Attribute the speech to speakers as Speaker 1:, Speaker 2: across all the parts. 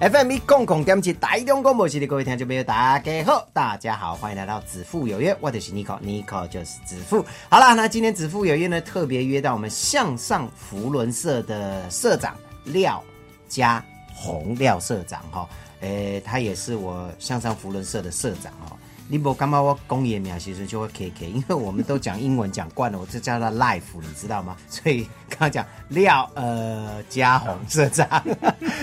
Speaker 1: FM 一共共点起台中广播系的各位听众朋友，大家好，大家好，欢迎来到子父有约，我就是 Nico，Nico 就是子父。好啦，那今天子父有约呢，特别约到我们向上福伦社的社长廖家宏廖社长哈，诶、他也是我向上福伦社的社长哈。你不干嘛我公爷秒其实就会 K K，因为我们都讲英文讲惯了，我就叫他 Life，你知道吗？所以刚刚讲廖呃家宏社长，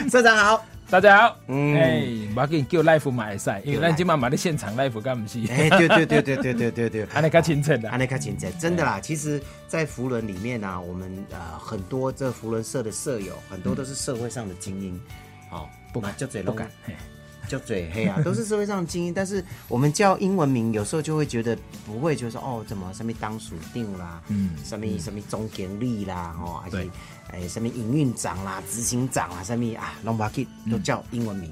Speaker 1: 社长好。
Speaker 2: 大家好，
Speaker 1: 嗯
Speaker 2: 哎，我给你叫 life 买赛，因为咱今晚买的现场 life 干不是，
Speaker 1: 哎、对对对对对对对对，
Speaker 2: 安尼较啊哎清澈的
Speaker 1: 安。内卡前在真的啦。其实，在福伦里面呢、啊，我们呃很多这福伦社的社友，很多都是社会上的精英，好、不敢就嘴
Speaker 2: 嗯不敢，嘿
Speaker 1: 就嘴黑啊，都是社会上的精英。但是我们叫英文名，有时候就会觉得不会，就是说哦，怎么什么当属定啦，嗯，什么什么总经理啦，哦，还是
Speaker 2: 对
Speaker 1: 哎什么营运长啦、执行长啦，什么啊，龙巴 kid 都
Speaker 2: 嗯
Speaker 1: 叫英文名，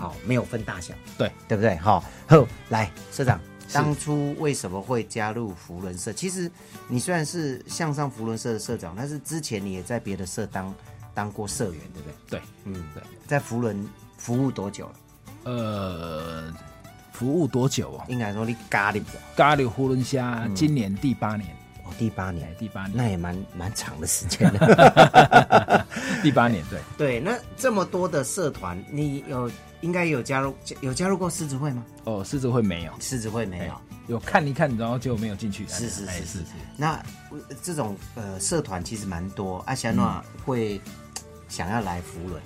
Speaker 1: 好、哦没有分大小。
Speaker 2: 对，
Speaker 1: 对不对？好，好，来，社长，当初为什么会加入福伦社？其实你虽然是向上福伦社的社长，但是之前你也在别的社当当过社员，对不对？
Speaker 2: 对，
Speaker 1: 嗯，
Speaker 2: 对，
Speaker 1: 在福伦服务多久了？
Speaker 2: 呃，服务多久哦？
Speaker 1: 应该说你咖喱的
Speaker 2: 咖喱呼伦虾今年第八年，
Speaker 1: 哦，第八年
Speaker 2: 哎，，第八年，
Speaker 1: 那也蛮蛮长的时间了。
Speaker 2: 第八年，对，
Speaker 1: 对，那这么多的社团，你有应该有加入有加入过狮子会吗？
Speaker 2: 哦，狮子会没有，哎
Speaker 1: 狮子会没有。
Speaker 2: 有看一看，然后就没有进去。
Speaker 1: 是是
Speaker 2: 哎
Speaker 1: 是是。那呃这种呃社团其实蛮多，啊
Speaker 2: 嗯
Speaker 1: 阿霞诺会想要来福伦，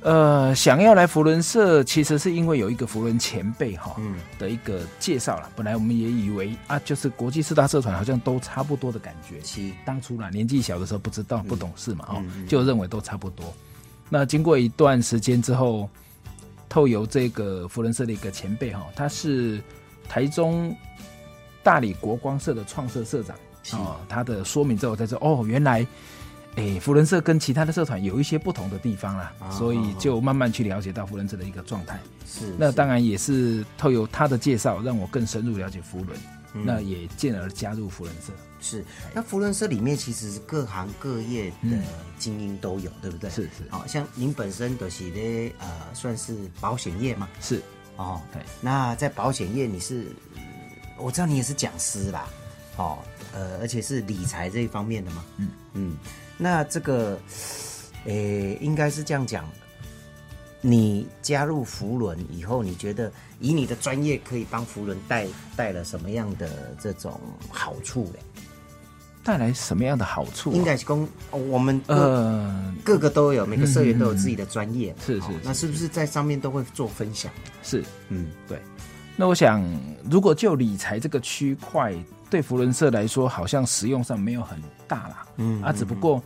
Speaker 2: 呃，想要来福伦社，其实是因为有一个福伦前辈哈、
Speaker 1: 嗯
Speaker 2: 的一个介绍啦。本来我们也以为啊，就是国际四大社团好像都差不多的感觉。
Speaker 1: 七
Speaker 2: 当初啦，年纪小的时候不知道、不懂事嘛，哦，就认为都差不多。那经过一段时间之后，透由这个福伦社的一个前辈哈、哦他是台中大理国光社的创社社长哦，他的说明之后才知道哦，原来。诶，福伦社跟其他的社团有一些不同的地方啦，
Speaker 1: 啊
Speaker 2: 所以就慢慢去了解到福伦社的一个状态。
Speaker 1: 是
Speaker 2: 那
Speaker 1: 是
Speaker 2: 当然也是透由他的介绍，让我更深入了解福伦，那也进而加入福伦社。
Speaker 1: 是。那福伦社里面其实各行各业的精英都有，对不对？
Speaker 2: 嗯是是
Speaker 1: 好、像您本身都是的呃，算是保险业嘛，
Speaker 2: 是，
Speaker 1: 哦
Speaker 2: 对，
Speaker 1: 那在保险业你是，嗯我知道你也是讲师啦，哦，呃，而且是理财这一方面的嘛，嗯嗯，那这个，呃，应该是这样讲，你加入福伦以后，你觉得以你的专业可以帮福伦带带了什么样的这种好处嘞？
Speaker 2: 带来什么样的好处、啊？
Speaker 1: 应该是公，哦我们各、
Speaker 2: 呃，
Speaker 1: 各个都有，每个社员都有自己的专业嘛，
Speaker 2: 是是
Speaker 1: 哦
Speaker 2: 是
Speaker 1: 那是不是在上面都会做分享？
Speaker 2: 是
Speaker 1: 嗯，
Speaker 2: 对。那我想，如果就理财这个区块，对福伦社来说，好像使用上没有很大啦。嗯啊，只不过，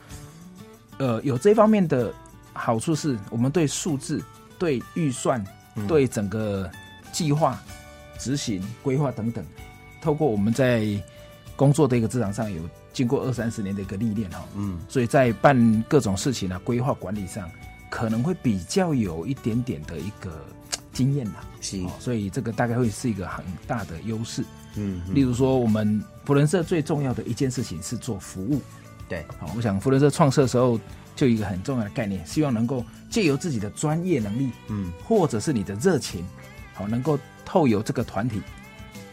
Speaker 2: 呃，有这方面的好处是，我们对数字、对预算、对整个计划、执行、规划等等，透过我们在工作的一个职场上有经过二三十年的一个历练哈，嗯，所以在办各种事情啊、规划管理上，可能会比较有一点点的一个嘖经验啦。
Speaker 1: 是
Speaker 2: 哦，所以这个大概会是一个很大的优势。
Speaker 1: 嗯，
Speaker 2: 例如说，我们福伦社最重要的一件事情是做服务。
Speaker 1: 对，
Speaker 2: 好、我想福伦社创设的时候就有一个很重要的概念，希望能够借由自己的专业能力，嗯，或者是你的热情，好、能够透由这个团体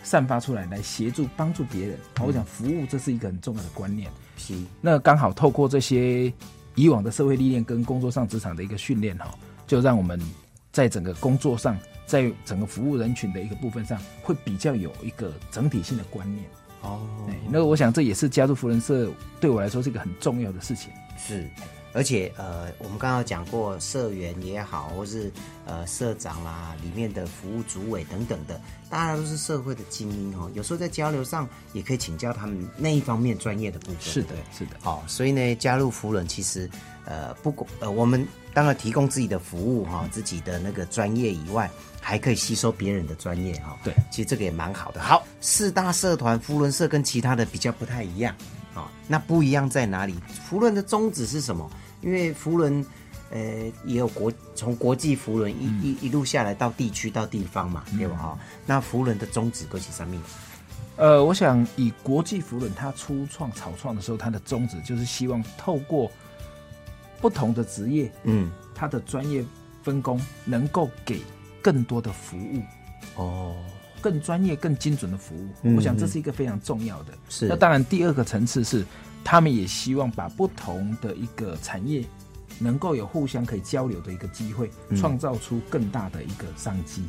Speaker 2: 散发出来，来协助帮助别人。好、我想服务这是一个很重要的观念。
Speaker 1: 是
Speaker 2: 那刚好透过这些以往的社会历练跟工作上职场的一个训练哈、就让我们在整个工作上，在整个服务人群的一个部分上，会比较有一个整体性的观念。
Speaker 1: 哦
Speaker 2: 哎，那我想这也是加入福人社对我来说是一个很重要的事情。
Speaker 1: 是，而且呃，我们刚刚有讲过社员也好，或是呃社长啦、里面的服务主委等等的，大家都是社会的精英哦。有时候在交流上也可以请教他们那一方面专业的部分。
Speaker 2: 是的
Speaker 1: 对不对
Speaker 2: 是的
Speaker 1: 好、所以呢，加入福人其实呃，不管呃，我们当然提供自己的服务哈，自己的那个专业以外，还可以吸收别人的专业哈。
Speaker 2: 对
Speaker 1: 其实这个也蛮好的。好，四大社团福伦社跟其他的比较不太一样啊、那不一样在哪里？福伦的宗旨是什么？因为福伦。呃，也有国从国际福伦一一一路下来到地区到地方嘛，对吧？哈、那福伦的宗旨各是什么？
Speaker 2: 呃，我想以国际福伦它初创草创的时候，它的宗旨就是希望透过不同的职业，
Speaker 1: 嗯，
Speaker 2: 它的专业分工能够给更多的服务，
Speaker 1: 哦，
Speaker 2: 更专业、更精准的服务。
Speaker 1: 嗯
Speaker 2: 我想这是一个非常重要的。
Speaker 1: 是
Speaker 2: 那当然，第二个层次是，他们也希望把不同的一个产业能够有互相可以交流的一个机会，
Speaker 1: 嗯
Speaker 2: 创造出更大的一个商机。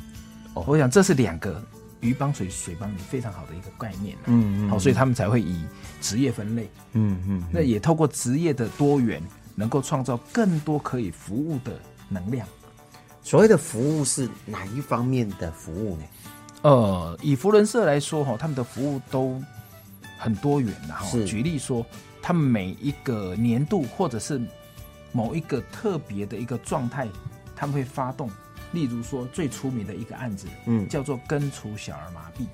Speaker 2: 哦，我想这是两个鱼帮水，水帮鱼非常好的一个概念、啊。
Speaker 1: 嗯嗯
Speaker 2: 好，所以他们才会以职业分类，
Speaker 1: 嗯嗯，
Speaker 2: 那也透过职业的多元，能够创造更多可以服务的能量。
Speaker 1: 所谓的服务是哪一方面的服务呢？
Speaker 2: 呃，以福伦社来说哈，他们的服务都很多元的哈。
Speaker 1: 是
Speaker 2: 举例说，他们每一个年度或者是某一个特别的一个状态，他们会发动，例如说最出名的一个案子，
Speaker 1: 嗯
Speaker 2: 叫做根除小儿麻痹。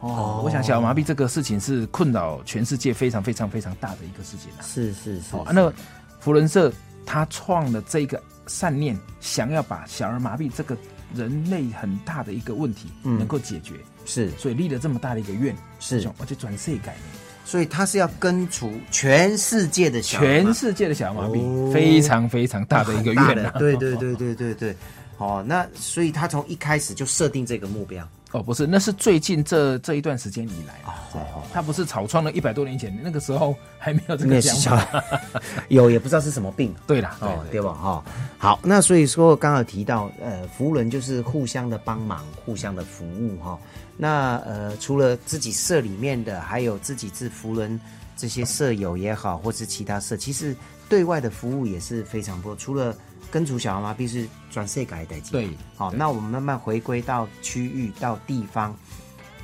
Speaker 2: 哦，我想小儿麻痹这个事情是困扰全世界非常非常非常大的一个事情啊。
Speaker 1: 是是是
Speaker 2: 哦，那福伦社他创了这个善念，想要把小儿麻痹这个人类很大的一个问题能够解决，
Speaker 1: 是，
Speaker 2: 所以立了这么大的一个愿，
Speaker 1: 嗯是
Speaker 2: 想而且转世改呢，
Speaker 1: 所以它是要根除全世界的小孩嘛
Speaker 2: 全世界的小儿麻痹、
Speaker 1: 哦
Speaker 2: 非常非常大的一个
Speaker 1: 大
Speaker 2: 愿
Speaker 1: 的
Speaker 2: 啊。
Speaker 1: 对对对对对对。哦，那所以他从一开始就设定这个目标，
Speaker 2: 哦，不是，那是最近这这一段时间以来
Speaker 1: 哦
Speaker 2: 啊，对他不是草创了一百多年前，那个时候还没有这
Speaker 1: 那
Speaker 2: 个
Speaker 1: 是
Speaker 2: 想
Speaker 1: 小
Speaker 2: 法。
Speaker 1: 孩 有也不知道是什么病。
Speaker 2: 对啦，对
Speaker 1: 哦，对吧？哈、哦，好，那所以说刚好提到，呃，服务人就是互相的帮忙，互相的服务哈、那呃，除了自己社里面的，还有自己是服务人这些社友也好，或是其他社，其实对外的服务也是非常多。除了根除小儿麻痹是转世改的，
Speaker 2: 对
Speaker 1: 好、
Speaker 2: 对
Speaker 1: 那我们慢慢回归到区域到地方，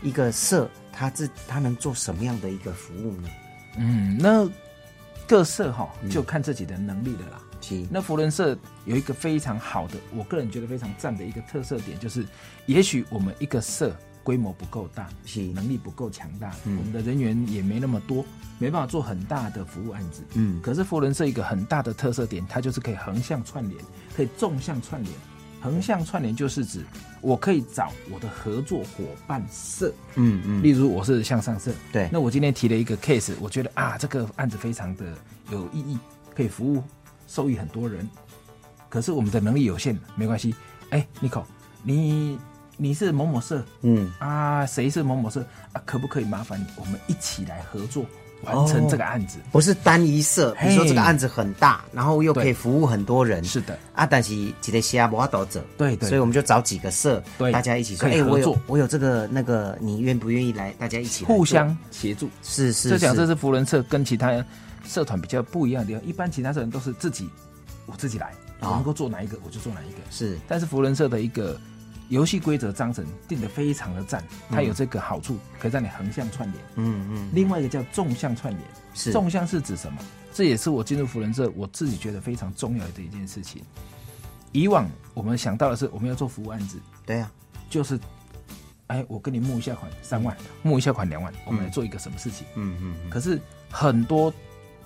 Speaker 1: 一个社它自它能做什么样的一个服务呢？
Speaker 2: 嗯，那各社哈、就看自己的能力了啦。
Speaker 1: 其
Speaker 2: 那福伦社有一个非常好的，我个人觉得非常赞的一个特色点，就是也许我们一个社规模不够大，
Speaker 1: 是
Speaker 2: 能力不够强大，我们的人员也没那么多，没办法做很大的服务案子。
Speaker 1: 嗯
Speaker 2: 可是福伦社一个很大的特色点，它就是可以横向串联，可以纵向串联。横向串联就是指我可以找我的合作伙伴社，
Speaker 1: 嗯嗯，
Speaker 2: 例如我是向上社，
Speaker 1: 对
Speaker 2: 那我今天提了一个 case，我觉得啊，这个案子非常的有意义，可以服务受益很多人。可是我们的能力有限，没关系。哎，Nico，你你是某某社
Speaker 1: 嗯，
Speaker 2: 啊，谁是某某社啊？可不可以麻烦我们一起来合作完成这个案子？
Speaker 1: 不是单一社，比如说
Speaker 2: 嘿
Speaker 1: 这个案子很大，然后又
Speaker 2: 对
Speaker 1: 可以服务很多人，
Speaker 2: 是的
Speaker 1: 啊，但是几个啊虾不倒者，
Speaker 2: 对对
Speaker 1: 所以我们就找几个社，
Speaker 2: 对
Speaker 1: 大家一起说，
Speaker 2: 可以
Speaker 1: 哎，
Speaker 2: 合
Speaker 1: 我有
Speaker 2: 作
Speaker 1: 我有这个那个，你愿不愿意来？大家一起来做
Speaker 2: 互相协助。
Speaker 1: 是是
Speaker 2: 这讲这
Speaker 1: 是
Speaker 2: 是福伦社跟其他社团比较不一样的地方，一般其他社团都是自己我自己来，我
Speaker 1: 哦
Speaker 2: 能够做哪一个我就做哪一个。
Speaker 1: 是
Speaker 2: 但是福伦社的一个游戏规则章程定得非常的赞，它有这个好处，可以让你横向串联。
Speaker 1: 嗯嗯
Speaker 2: 另外一个叫纵向串联，
Speaker 1: 是
Speaker 2: 纵向是指什么？这也是我进入福伦社我自己觉得非常重要的一件事情。以往我们想到的是我们要做服务案子，
Speaker 1: 对啊，
Speaker 2: 就是，哎，我跟你募一下款三万，募一下款两万，我们来做一个什么事情？
Speaker 1: 嗯嗯嗯
Speaker 2: 可是很多，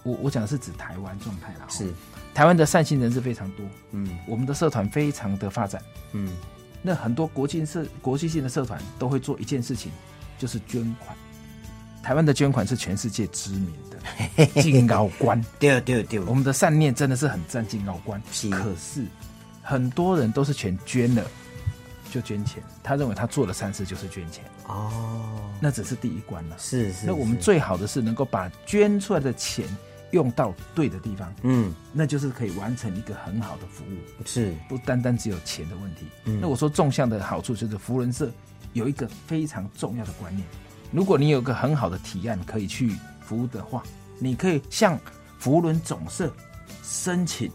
Speaker 2: 我我讲的是指台湾状态啦，哦
Speaker 1: 是，
Speaker 2: 台湾的善心人士非常多，
Speaker 1: 嗯
Speaker 2: 我们的社团非常的发展，
Speaker 1: 嗯
Speaker 2: 那很多国际社国际性的社团都会做一件事情，就是捐款。台湾的捐款是全世界知名的，敬老 官。
Speaker 1: 对对对，
Speaker 2: 我们的善念真的是很占敬老官
Speaker 1: 是，
Speaker 2: 可是很多人都是全捐了就捐钱，他认为他做了善事就是捐钱，
Speaker 1: 哦，
Speaker 2: 那只是第一关了。
Speaker 1: 是是，
Speaker 2: 那我们
Speaker 1: 是
Speaker 2: 最好的是能够把捐出来的钱用到对的地方，
Speaker 1: 嗯
Speaker 2: 那就是可以完成一个很好的服务。
Speaker 1: 是
Speaker 2: 不单单只有钱的问题。那我说纵向的好处就是福伦社有一个非常重要的观念，如果你有一个很好的提案可以去服务的话，你可以向福伦总社申请。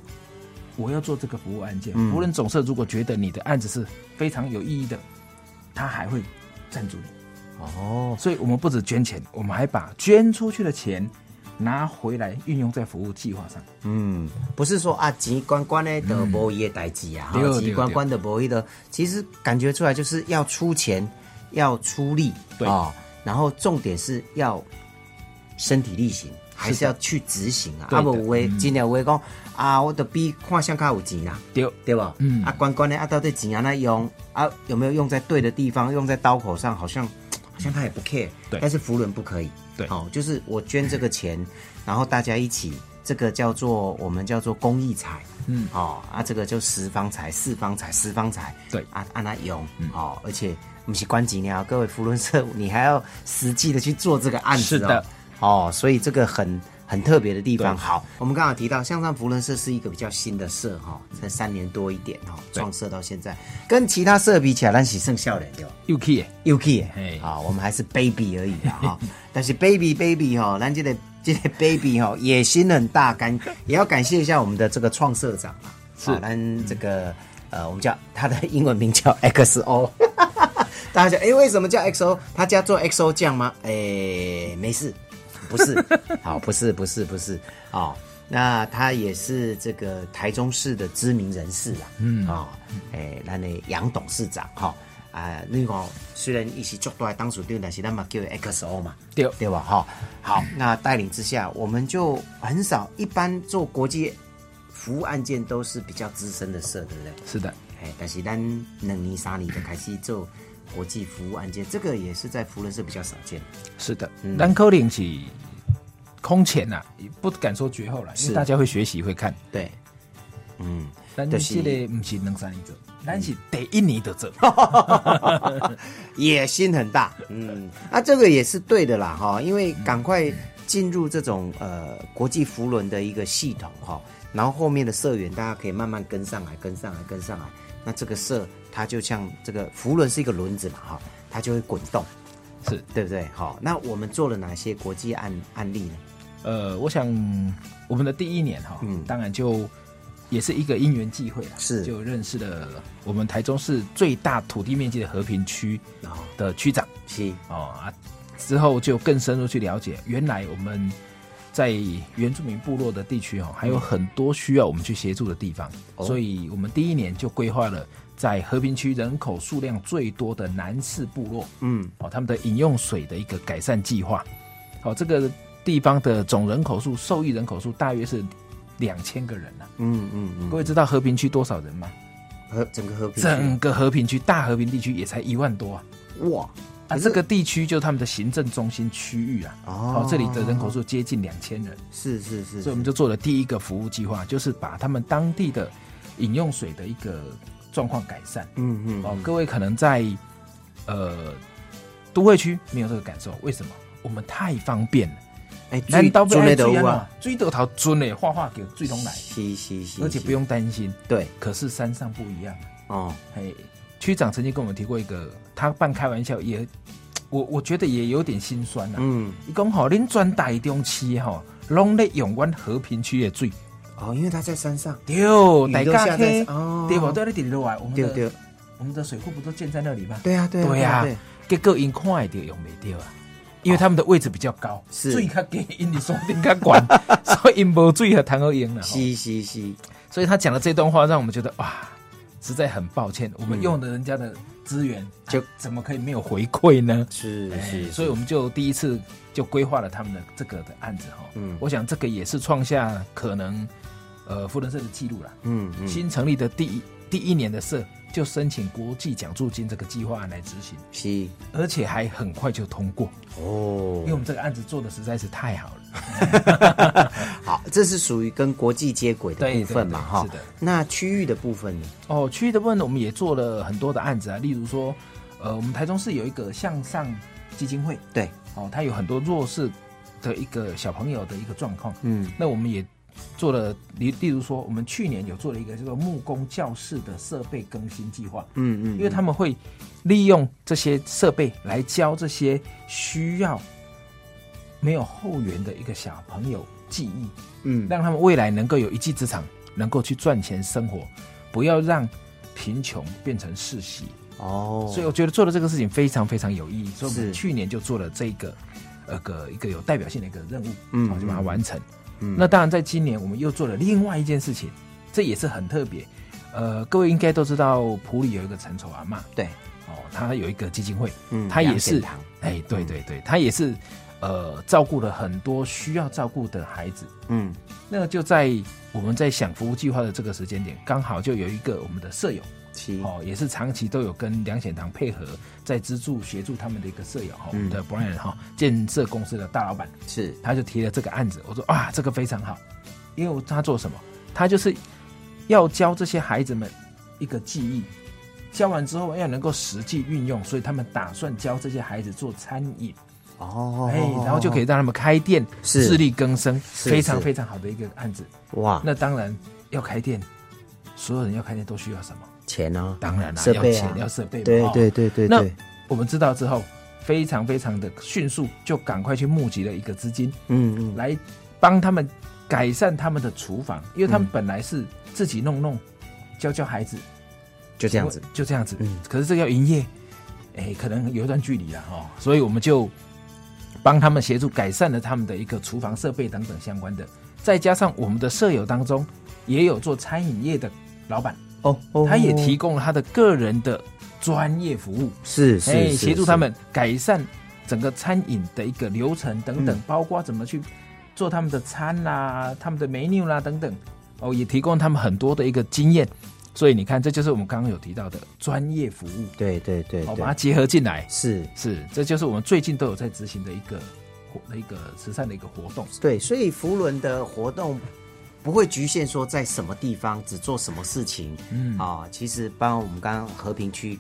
Speaker 2: 我要做这个服务案件，福伦总社如果觉得你的案子是非常有意义的，他还会赞助你。
Speaker 1: 哦
Speaker 2: 所以我们不止捐钱，我们还把捐出去的钱拿回来运用在服务计划上。
Speaker 1: 嗯，不是说啊，钱关关的的无伊的代志啊，
Speaker 2: 嗯对
Speaker 1: 哈
Speaker 2: 对
Speaker 1: 钱关关的无伊的，其实感觉出来就是要出钱，要出力，
Speaker 2: 对
Speaker 1: 啊然后重点是要身体力行，还
Speaker 2: 是
Speaker 1: 是
Speaker 2: 的
Speaker 1: 要去执行啊。
Speaker 2: 对
Speaker 1: 啊
Speaker 2: 的嗯
Speaker 1: 不有的，今年有的讲啊，我的比看相较有钱啊啦，
Speaker 2: 对，
Speaker 1: 对吧？
Speaker 2: 嗯
Speaker 1: 啊，关关的啊，到底钱安那用啊，有没有用在对的地方，用在刀口上，好像好像他也不 care，
Speaker 2: 对
Speaker 1: 但是福伦不可以，
Speaker 2: 对
Speaker 1: 好、就是我捐这个 钱，然后大家一起，这个叫做我们叫做公益财，
Speaker 2: 嗯
Speaker 1: 哦，啊，这个就十方财、四方财、十方财，
Speaker 2: 对嗯
Speaker 1: 啊，按那用，哦，而且不是关几鸟，各位福伦社，你还要实际的去做这个案子、哦，
Speaker 2: 是的，
Speaker 1: 哦，所以这个很很特别的地方。
Speaker 2: 对
Speaker 1: 好，我们刚好提到向上福伦社是一个比较新的社哈，才三年多一点哈，
Speaker 2: 对
Speaker 1: 创社到现在，跟其他社比起来，咱是剩笑脸对吧？
Speaker 2: 又 key
Speaker 1: 又去
Speaker 2: 嘿
Speaker 1: 啊，我们还是 baby 而已啦 哈。但是 baby baby 哈，咱这个这个 baby 哈，野心很大，感也要感谢一下我们的这个创社长啊，
Speaker 2: 是
Speaker 1: 啊咱这个呃，我们叫他的英文名叫 XO。大家讲，哎、为什么叫 XO？他家做 XO 酱吗？哎、没事，不是，好，不是，不是，不是，哦，那他也是这个台中市的知名人士啊，嗯，哦，哎、咱的杨董事长，哈、啊，那个虽然一起做大的当属对，但是咱嘛叫 XO 嘛，
Speaker 2: 对
Speaker 1: 对吧？哈、好，那带领之下，我们就很少，一般做国际服务案件都是比较资深的社，对不对？
Speaker 2: 是的，
Speaker 1: 哎，但是咱两年三年就开始做国际服务案件，这个也是在福伦社比较少见。
Speaker 2: 是的
Speaker 1: 嗯，
Speaker 2: 兰科领起空前呐、啊，也不敢说绝后了，因
Speaker 1: 是
Speaker 2: 为大家会学习会看。
Speaker 1: 对，嗯，
Speaker 2: 咱
Speaker 1: 就是嗯
Speaker 2: 这个不是两三年做，咱是第一年的做。
Speaker 1: 哦野心很大，嗯，那、这个也是对的啦，哈，因为赶快进入这种呃国际福伦的一个系统哈，然后后面的社员大家可以慢慢跟上来，跟上来，跟上来，那这个社它就像这个福伦是一个轮子嘛，哈，它就会滚动，
Speaker 2: 是，
Speaker 1: 对不对？好，那我们做了哪些国际案案例呢？
Speaker 2: 呃，我想我们的第一年哈、
Speaker 1: 嗯
Speaker 2: 当然就也是一个因缘际会了，
Speaker 1: 是
Speaker 2: 就认识了我们台中市最大土地面积的和平区
Speaker 1: 哦，
Speaker 2: 的区长
Speaker 1: 七，
Speaker 2: 哦啊，之后就更深入去了解，原来我们在原住民部落的地区哦，还有很多需要我们去协助的地方，
Speaker 1: 哦
Speaker 2: 所以我们第一年就规划了在和平区人口数量最多的南市部落，
Speaker 1: 嗯，
Speaker 2: 哦，他们的饮用水的一个改善计划。好、这个地方的总人口数、受益人口数大约是两千个人啊。
Speaker 1: 嗯嗯嗯，
Speaker 2: 各位知道和平区多少人吗？
Speaker 1: 和整个和平区
Speaker 2: 整个和平区大和平地区也才一万多啊。
Speaker 1: 哇，
Speaker 2: 啊，这个地区就是他们的行政中心区域啊。
Speaker 1: 哦
Speaker 2: 这里的人口数接近两千人，
Speaker 1: 是是是，
Speaker 2: 所以我们就做了第一个服务计划，就是把他们当地的饮用水的一个状况改善。
Speaker 1: 嗯嗯
Speaker 2: 哦，各位可能在呃都会区没有这个感受，为什么？我们太方便了，
Speaker 1: 哎，
Speaker 2: 难道
Speaker 1: 追
Speaker 2: 不爱
Speaker 1: 的
Speaker 2: 追
Speaker 1: 有
Speaker 2: 啊
Speaker 1: 啊？？
Speaker 2: 追得头尊嘞，画画给最通来，
Speaker 1: 是是是，
Speaker 2: 而且不
Speaker 1: 用
Speaker 2: 用担心。
Speaker 1: 对
Speaker 2: 可是山上不一样，
Speaker 1: 哦，
Speaker 2: 嘿，区长曾经跟我们提过一个，他半开玩笑也，我我觉得也有点心酸啊。
Speaker 1: 嗯
Speaker 2: 伊讲吼，恁全台中市吼，拢咧用阮和平区的水，
Speaker 1: 哦，因为他在山上，
Speaker 2: 对，大
Speaker 1: 都下在
Speaker 2: 家去，
Speaker 1: 哦
Speaker 2: 对不？对，你滴落来，我们
Speaker 1: 对对
Speaker 2: 的我们的水库不都建在那里吗？
Speaker 1: 对啊对啊
Speaker 2: 对呀、
Speaker 1: 对啊
Speaker 2: 结果因看会到用袂到啊，因为他们的位置比较高，
Speaker 1: 哦是
Speaker 2: 水较低，因的山顶较管， 所以因无水和谈好用了。吼
Speaker 1: 是是是，
Speaker 2: 所以他讲的这段话让我们觉得哇，实在很抱歉，我们用的人家的资源，
Speaker 1: 嗯就
Speaker 2: 就怎么可以没有回馈呢？
Speaker 1: 是是，
Speaker 2: 哎所以我们就第一次就规划了他们的这个的案子哈。
Speaker 1: 嗯
Speaker 2: 我想这个也是创下可能呃福伦社的记录啦。
Speaker 1: 嗯嗯
Speaker 2: 新成立的第一第一年的社就申请国际奖助金这个计划案来执行。
Speaker 1: 是
Speaker 2: 而且还很快就通过，
Speaker 1: 哦
Speaker 2: 因为我们这个案子做的实在是太好了。
Speaker 1: 好，这是属于跟国际接轨的
Speaker 2: 对
Speaker 1: 部分嘛
Speaker 2: 对对
Speaker 1: 哈
Speaker 2: 是的。
Speaker 1: 那区域的部分呢？
Speaker 2: 哦，区域的部分我们也做了很多的案子啊，例如说，呃，我们台中市有一个向上基金会，
Speaker 1: 对，
Speaker 2: 哦，它有很多弱势的一个小朋友的一个状况，
Speaker 1: 嗯
Speaker 2: 那我们也做了，例例如说，我们去年有做了一个叫做木工教室的设备更新计划，
Speaker 1: 嗯嗯，
Speaker 2: 因为他们会利用这些设备来教这些需要没有后援的一个小朋友技艺，
Speaker 1: 嗯
Speaker 2: 让他们未来能够有一技之长，能够去赚钱生活，不要让贫穷变成世袭。
Speaker 1: 哦，
Speaker 2: 所以我觉得做的这个事情非常非常有意义，所以我
Speaker 1: 是
Speaker 2: 们去年就做了这个呃个一个有代表性的一个任务，
Speaker 1: 嗯
Speaker 2: 嗯，就把它完成。
Speaker 1: 嗯
Speaker 2: 那当然，在今年我们又做了另外一件事情，这也是很特别。呃，各位应该都知道，普里有一个陈丑阿嬷
Speaker 1: 对，
Speaker 2: 哦，她有一个基金会，
Speaker 1: 嗯
Speaker 2: 她也是
Speaker 1: 养健堂，嗯
Speaker 2: 哎，对对对，她也是呃照顾了很多需要照顾的孩子。
Speaker 1: 嗯
Speaker 2: 那就在我们在想服务计划的这个时间点，刚好就有一个我们的舍友，
Speaker 1: 七
Speaker 2: 哦，也是长期都有跟梁显堂配合，在资助协助他们的一个舍友哈，我
Speaker 1: 嗯
Speaker 2: 们的 Brian 哈、建设公司的大老板，
Speaker 1: 是
Speaker 2: 他就提了这个案子，我说啊，这个非常好，因为他做什么？他就是要教这些孩子们一个技艺，教完之后要能够实际运用，所以他们打算教这些孩子做餐饮，
Speaker 1: 哦，
Speaker 2: 哎、然后就可以让他们开店，
Speaker 1: 是
Speaker 2: 自力更生，
Speaker 1: 是
Speaker 2: 非常
Speaker 1: 是
Speaker 2: 非常好的一个案子。
Speaker 1: 哇，
Speaker 2: 那当然要开店，所有人要开店都需要什么？
Speaker 1: 钱啊，
Speaker 2: 当然啦、
Speaker 1: 设备
Speaker 2: 要
Speaker 1: 啊
Speaker 2: 钱要设备嘛，
Speaker 1: 对
Speaker 2: 哦
Speaker 1: 对对对
Speaker 2: 那
Speaker 1: 对，
Speaker 2: 我们知道之后，非常非常的迅速，就赶快去募集了一个资金，
Speaker 1: 嗯嗯，
Speaker 2: 来帮他们改善他们的厨房，因为他们本来是自己弄弄，教教孩子
Speaker 1: 就这样子，，
Speaker 2: 就这样子。
Speaker 1: 嗯
Speaker 2: 可是这个要营业，哎，可能有一段距离了哦，所以我们就帮他们协助改善了他们的一个厨房设备等等相关的，再加上我们的舍友当中也有做餐饮业的老板，
Speaker 1: 哦哦，
Speaker 2: 他也提供了他的个人的专业服务。
Speaker 1: 是
Speaker 2: 哎，
Speaker 1: 是
Speaker 2: 协助他，们改善整个餐饮的一个流程等等，包括怎么去做他们的餐啦、他们的 menu 啦、等等，哦，也提供他们很多的一个经验。所以你看，这就是我们刚刚有提到的专业服务，
Speaker 1: 是对对对
Speaker 2: 好、把它
Speaker 1: 对，
Speaker 2: 结合进来，
Speaker 1: 是。
Speaker 2: 是，这就是我们最近都有在执行的一个活的一个慈善的一个活动。
Speaker 1: 对，所以福伦的活动不会局限说在什么地方只做什么事情，嗯啊、其实包括我们刚刚和平区。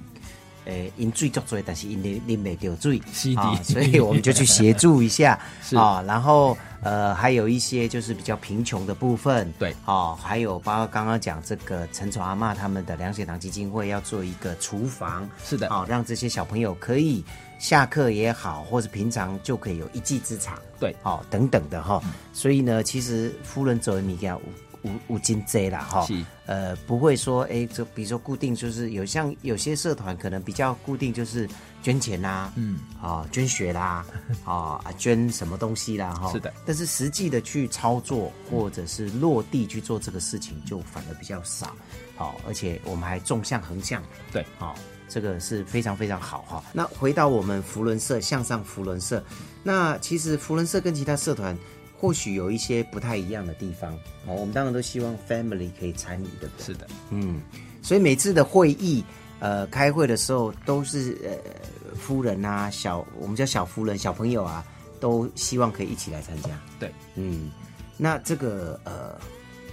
Speaker 1: 诶，因最足多，但是因啉啉袂到水，
Speaker 2: 是的
Speaker 1: 啊所以我们就去协助一下
Speaker 2: 是
Speaker 1: 啊、然后呃，还有一些就是比较贫穷的部分，
Speaker 2: 对
Speaker 1: 哦，还有包括刚刚讲这个陈楚阿嬷他们的凉血堂基金会要做一个厨房，
Speaker 2: 是的
Speaker 1: 啊、让这些小朋友可以下课也好，或是平常就可以有一技之长，
Speaker 2: 对嗯
Speaker 1: 哦等等的哈、所以呢，其实夫人走的米给五五五斤 Z 啦哈、
Speaker 2: 是
Speaker 1: 呃，不会说哎，诶就比如说固定就是有像有些社团可能比较固定就是捐钱啦、嗯，啊、捐血 啦，啊、啊捐什么东西啦哈、
Speaker 2: 是的，
Speaker 1: 但是实际的去操作或者是落地去做这个事情就反而比较少，好、而且我们还纵向横向，
Speaker 2: 对，
Speaker 1: 好、哦这个是非常非常好哈、那回到我们福伦社向上福伦社，那其实福伦社跟其他社团或许有一些不太一样的地方。好、我们当然都希望 family 可以参与，对不对？
Speaker 2: 是的，
Speaker 1: 嗯，所以每次的会议，呃，开会的时候都是呃夫人啊，小我们叫小夫人、小朋友啊，都希望可以一起来参加。
Speaker 2: 对，
Speaker 1: 嗯，那这个呃，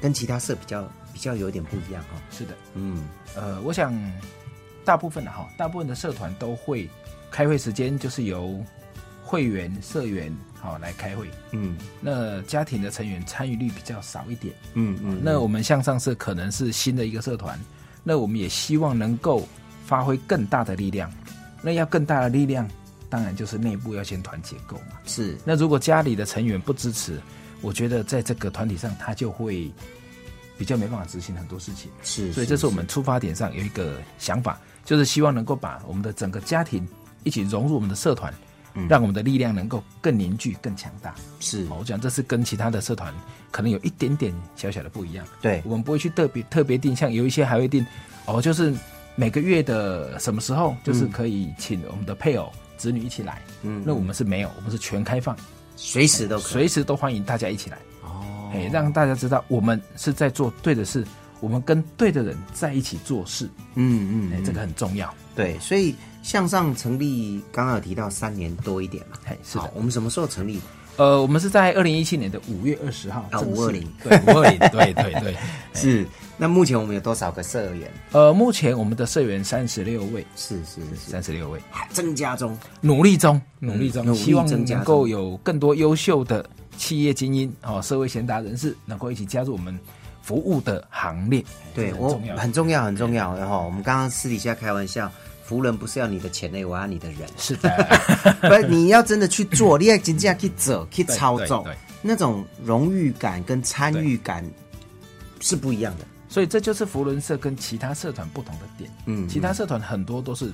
Speaker 1: 跟其他社比较比较有点不一样哈、哦。
Speaker 2: 是的。
Speaker 1: 嗯，
Speaker 2: 呃，我想大部分的哈，大部分的社团都会开会时间就是由会员、社员好来开会。
Speaker 1: 嗯
Speaker 2: 那家庭的成员参与率比较少一点。
Speaker 1: 嗯嗯，
Speaker 2: 那我们向上社可能是新的一个社团，那我们也希望能够发挥更大的力量。那要更大的力量，当然就是内部要先团结够嘛。
Speaker 1: 是
Speaker 2: 那如果家里的成员不支持，我觉得在这个团体上，他就会比较没办法执行很多事情。
Speaker 1: 是，
Speaker 2: 所以这是我们出发点上有一个想法，就是希望能够把我们的整个家庭一起融入我们的社团，让我们的力量能够更凝聚、更强大。
Speaker 1: 是
Speaker 2: 哦我讲这是跟其他的社团可能有一点点小小的不一样。
Speaker 1: 对
Speaker 2: 我们不会去特别特别定，像有一些还会定哦，就是每个月的什么时候，就是可以请我们的配偶、子女一起来。嗯，那我们是没有，我们是全开放，
Speaker 1: 随时都可以
Speaker 2: 随时都欢迎大家一起来。
Speaker 1: 哦
Speaker 2: 哎，让大家知道我们是在做对的事，我们跟对的人在一起做事，
Speaker 1: 嗯嗯
Speaker 2: 哎，这个很重要。
Speaker 1: 对，所以向上成立刚刚有提到三年多一点嘛。
Speaker 2: 哎，是
Speaker 1: 好
Speaker 2: 的，
Speaker 1: 我们什么时候成立？
Speaker 2: 呃，我们是在二零一七年的五月二十号，
Speaker 1: 啊
Speaker 2: 正式
Speaker 1: 520
Speaker 2: 对，五二零，对对对。
Speaker 1: 是，那目前我们有多少个社员？
Speaker 2: 呃，目前我们的社员三十六位，
Speaker 1: 是是是，
Speaker 2: 三十六位，
Speaker 1: 增加中。
Speaker 2: 努力中，努力中，
Speaker 1: 努力
Speaker 2: 希望
Speaker 1: 增加
Speaker 2: 能够有更多优秀的企业精英哦，社会贤达人士能够一起加入我们服务的行列，哎
Speaker 1: 对
Speaker 2: 这个
Speaker 1: 我
Speaker 2: 很重要的。
Speaker 1: 很重要很重要。然后我们刚刚私底下开玩笑，服人不是要你的钱嘞，我要你的人。
Speaker 2: 是的，
Speaker 1: 不，你要真的去做，你要真正去走，去
Speaker 2: 对
Speaker 1: 操
Speaker 2: 对
Speaker 1: 纵
Speaker 2: 对，
Speaker 1: 那种荣誉感跟参与感是不一样的。
Speaker 2: 所以这就是福伦社跟其他社团不同的点。
Speaker 1: 嗯
Speaker 2: 其他社团很多都是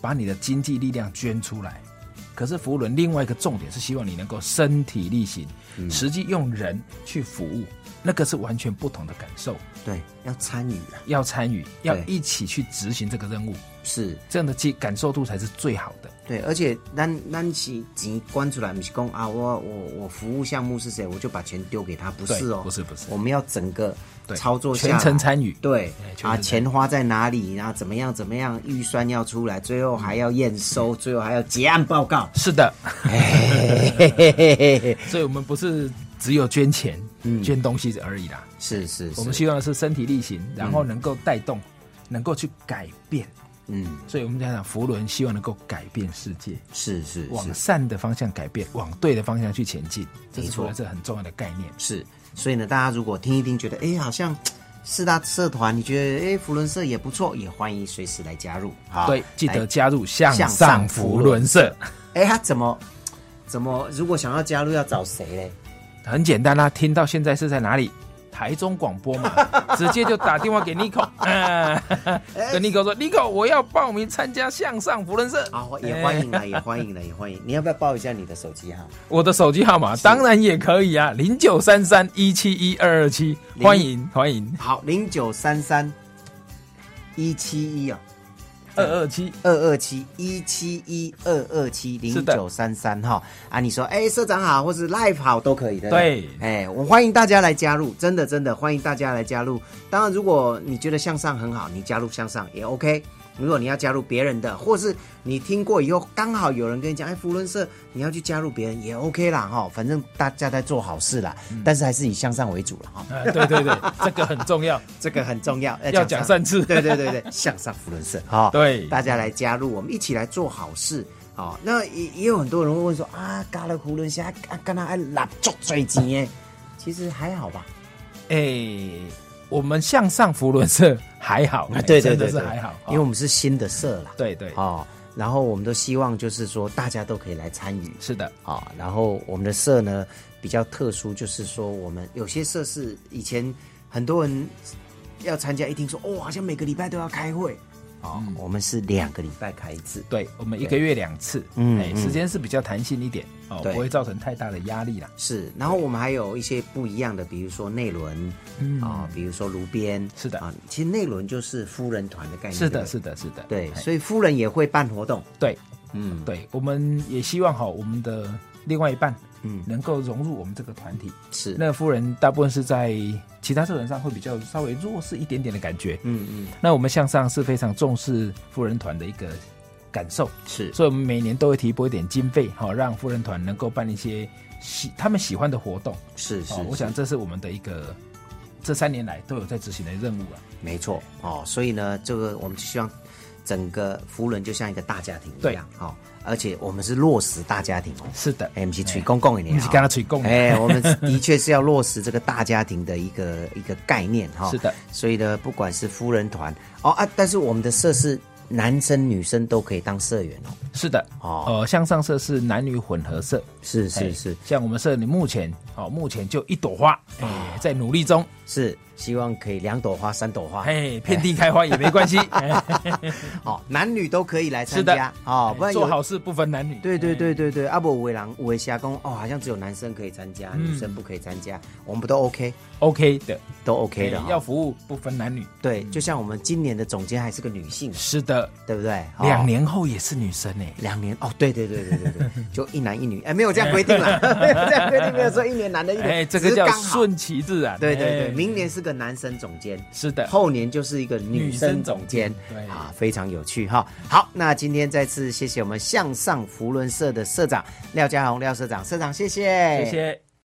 Speaker 2: 把你的经济力量捐出来，可是福轮另外一个重点是希望你能够身体力行，
Speaker 1: 嗯
Speaker 2: 实际用人去服务，那个是完全不同的感受。
Speaker 1: 对，要参与啊，
Speaker 2: 要参与，要
Speaker 1: 对
Speaker 2: 一起去执行这个任务，
Speaker 1: 是
Speaker 2: 这样的记感受度才是最好的。
Speaker 1: 对，而且咱咱是钱关出来，不是讲啊，我我我服务项目是谁，我就把钱丢给他，不
Speaker 2: 对
Speaker 1: 是哦，
Speaker 2: 不是不是
Speaker 1: 我们要整个
Speaker 2: 对
Speaker 1: 操作下
Speaker 2: 全程
Speaker 1: 来
Speaker 2: 参与
Speaker 1: 对
Speaker 2: 哎全程
Speaker 1: 啊，
Speaker 2: 参与
Speaker 1: 钱花在哪里，然后怎么样怎么样，预算要出来，最后还要验收，最后还要结案报告。
Speaker 2: 是的，
Speaker 1: 嘿嘿嘿嘿嘿嘿
Speaker 2: 所以我们不是只有捐钱、捐东西而已啦，
Speaker 1: 是嗯是嗯
Speaker 2: 我们
Speaker 1: 是，
Speaker 2: 希望的是身体力行，然后能够带动，能够去改变。
Speaker 1: 嗯，
Speaker 2: 所以我们讲讲福伦，希望能够改变世界，
Speaker 1: 是是
Speaker 2: 往
Speaker 1: 是
Speaker 2: 善的方向改变，往对的方向去前进，这是
Speaker 1: 没错
Speaker 2: 福伦这很重要的概念。
Speaker 1: 是，所以呢，大家如果听一听，觉得哎，好像四大社团，你觉得哎，福伦社也不错，也欢迎随时来加入。好，
Speaker 2: 对，记
Speaker 1: 来
Speaker 2: 得加入向
Speaker 1: 向上
Speaker 2: 上
Speaker 1: 福
Speaker 2: 福
Speaker 1: 伦
Speaker 2: 伦社，
Speaker 1: 哎，他怎么怎么？如果想要加入，要找谁嘞？
Speaker 2: 很简单啦、听到现在是在哪里？台中广 播嘛，直接就打电话给 Nico，、呃、 跟 Nico 说，Nico，我要报名参加向上福伦社
Speaker 1: 啊，
Speaker 2: 哎
Speaker 1: 也欢迎啦，也欢迎啦，也欢迎。你要不要报一下你的手机号？
Speaker 2: 我的手机号码当然也可以啊，零九三三一七一二二七，欢迎欢迎
Speaker 1: 好，零九三三一七一啊，
Speaker 2: 二二七，
Speaker 1: 二二七一七一二二七零
Speaker 2: 是的
Speaker 1: 九三三哈啊！你说哎、社长好，或是 live 好都可以的。不
Speaker 2: 对
Speaker 1: 哎、我欢迎大家来加入，真的真的欢迎大家来加入。当然，如果你觉得向上很好，你加入向上也 OK。如果你要加入别人的，或是你听过以后刚好有人跟你讲，哎，福伦社你要去加入别人也 OK 啦哈，反正大家在做好事啦，但是还是以向上为主了哈，
Speaker 2: 啊，对对对，这个很重要，
Speaker 1: 这个很重嗯要，
Speaker 2: 要讲善事，
Speaker 1: 对对对对， 向上福伦社哈，
Speaker 2: 对
Speaker 1: 大家来加入，我们一起来做好事。好、那也也有很多人会问说啊，加了福伦社啊，干那还拿足最钱耶，其实还好吧，
Speaker 2: 哎，我们向上福伦社还好，哎
Speaker 1: 啊对对
Speaker 2: 真
Speaker 1: 对
Speaker 2: 的是
Speaker 1: 对
Speaker 2: 还好，哦
Speaker 1: 因为我们是新的社啦，
Speaker 2: 对对，
Speaker 1: 哦，然后我们都希望就是说大家都可以来参与，
Speaker 2: 是的，
Speaker 1: 啊、然后我们的社呢比较特殊，就是说我们有些社是以前很多人要参加，一听说哦，好像每个礼拜都要开会，哦，
Speaker 2: 嗯
Speaker 1: 我们是两个礼拜开一次，
Speaker 2: 对我们一个月两次，
Speaker 1: 嗯
Speaker 2: 哎，
Speaker 1: 嗯
Speaker 2: 时间是比较弹性一点哦，
Speaker 1: 对
Speaker 2: 不会造成太大的压力啦，
Speaker 1: 是，然后我们还有一些不一样的，比如说内轮，
Speaker 2: 嗯
Speaker 1: 啊、比如说炉边，
Speaker 2: 是的
Speaker 1: 啊，其实内轮就是夫人团的概念，
Speaker 2: 是
Speaker 1: 对
Speaker 2: 的，
Speaker 1: 不对
Speaker 2: 是的，是的，
Speaker 1: 对，
Speaker 2: 哎
Speaker 1: 所以夫人也会办活动，
Speaker 2: 对
Speaker 1: 嗯，
Speaker 2: 对，我们也希望哈，我们的另外一半，
Speaker 1: 嗯
Speaker 2: 嗯，能够融入我们这个团体，
Speaker 1: 是，
Speaker 2: 那夫人大部分是在其他社团上会比较稍微弱势一点点的感觉。
Speaker 1: 嗯嗯，
Speaker 2: 那我们向上是非常重视夫人团的一个感受，
Speaker 1: 是，
Speaker 2: 所以我们每年都会提拨一点经费，好、让夫人团能够办一些喜他们喜欢的活动。
Speaker 1: 是是，
Speaker 2: 哦，我
Speaker 1: 是
Speaker 2: 想这是我们的一个这三年来都有在执行的任务啊了、
Speaker 1: 没错哦，所以呢，这个我们就希望整个福伦就像一个大家庭一样，哦，而且我们是落实大家庭哦，
Speaker 2: 是的，
Speaker 1: 哎，不是吹公共的呢，
Speaker 2: 不是跟他吹公的
Speaker 1: 哎，我们的确是要落实这个大家庭的一个 一个概念哈、
Speaker 2: 是的，
Speaker 1: 所以呢，不管是夫人团哦啊，但是我们的社是男生女生都可以当社员哦，
Speaker 2: 是的，
Speaker 1: 哦
Speaker 2: 哦，呃，向上社是男女混合社，
Speaker 1: 是是
Speaker 2: 哎
Speaker 1: 是
Speaker 2: 像我们社里目前，哦，目前就一朵花，
Speaker 1: 哦
Speaker 2: 哎，在努力中，
Speaker 1: 是，希望可以两朵花三朵花，
Speaker 2: 哎，遍地开花也 没关系，哎
Speaker 1: 哦，男女都可以来参
Speaker 2: 是的
Speaker 1: 加哦，不然有
Speaker 2: 做好事不分男女。哎
Speaker 1: 对对对对对，啊阿伯五维郎五维虾公哦，好像只有男生可以参加，
Speaker 2: 嗯
Speaker 1: 女生不可以参加，我们不都 OK，
Speaker 2: ，OK 的哎
Speaker 1: 都 OK 的哈、
Speaker 2: 要嗯服务不分男女。
Speaker 1: 对，就像我们今年的总监还是个女性，
Speaker 2: 是的，
Speaker 1: 对不对？哦
Speaker 2: 两年后也是女生哎、
Speaker 1: 两年哦，对对对对对 对，就一男一女，哎，没有这样规定啦，没有这样规定，没有说一年男的，一
Speaker 2: 哎、
Speaker 1: 年
Speaker 2: 这个
Speaker 1: 只是
Speaker 2: 叫
Speaker 1: 刚好
Speaker 2: 顺其自然。
Speaker 1: 对对对，
Speaker 2: 哎
Speaker 1: 明年是个男生总监，
Speaker 2: 是的，
Speaker 1: 后年就是一个女生总监
Speaker 2: 女生总监对
Speaker 1: 啊，非常有趣哈。好，那今天再次谢谢我们向上福伦社的社长廖家宏廖社长，社长谢谢，
Speaker 2: 谢谢。